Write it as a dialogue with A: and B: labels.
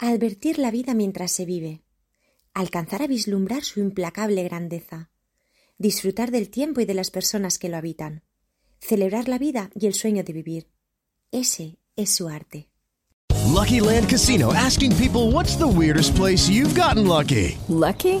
A: Advertir la vida mientras se vive. Alcanzar a vislumbrar su implacable grandeza. Disfrutar del tiempo y de las personas que lo habitan. Celebrar la vida y el sueño de vivir. Ese es su arte.
B: Lucky Land Casino asking people what's the weirdest place you've gotten lucky?
C: Lucky?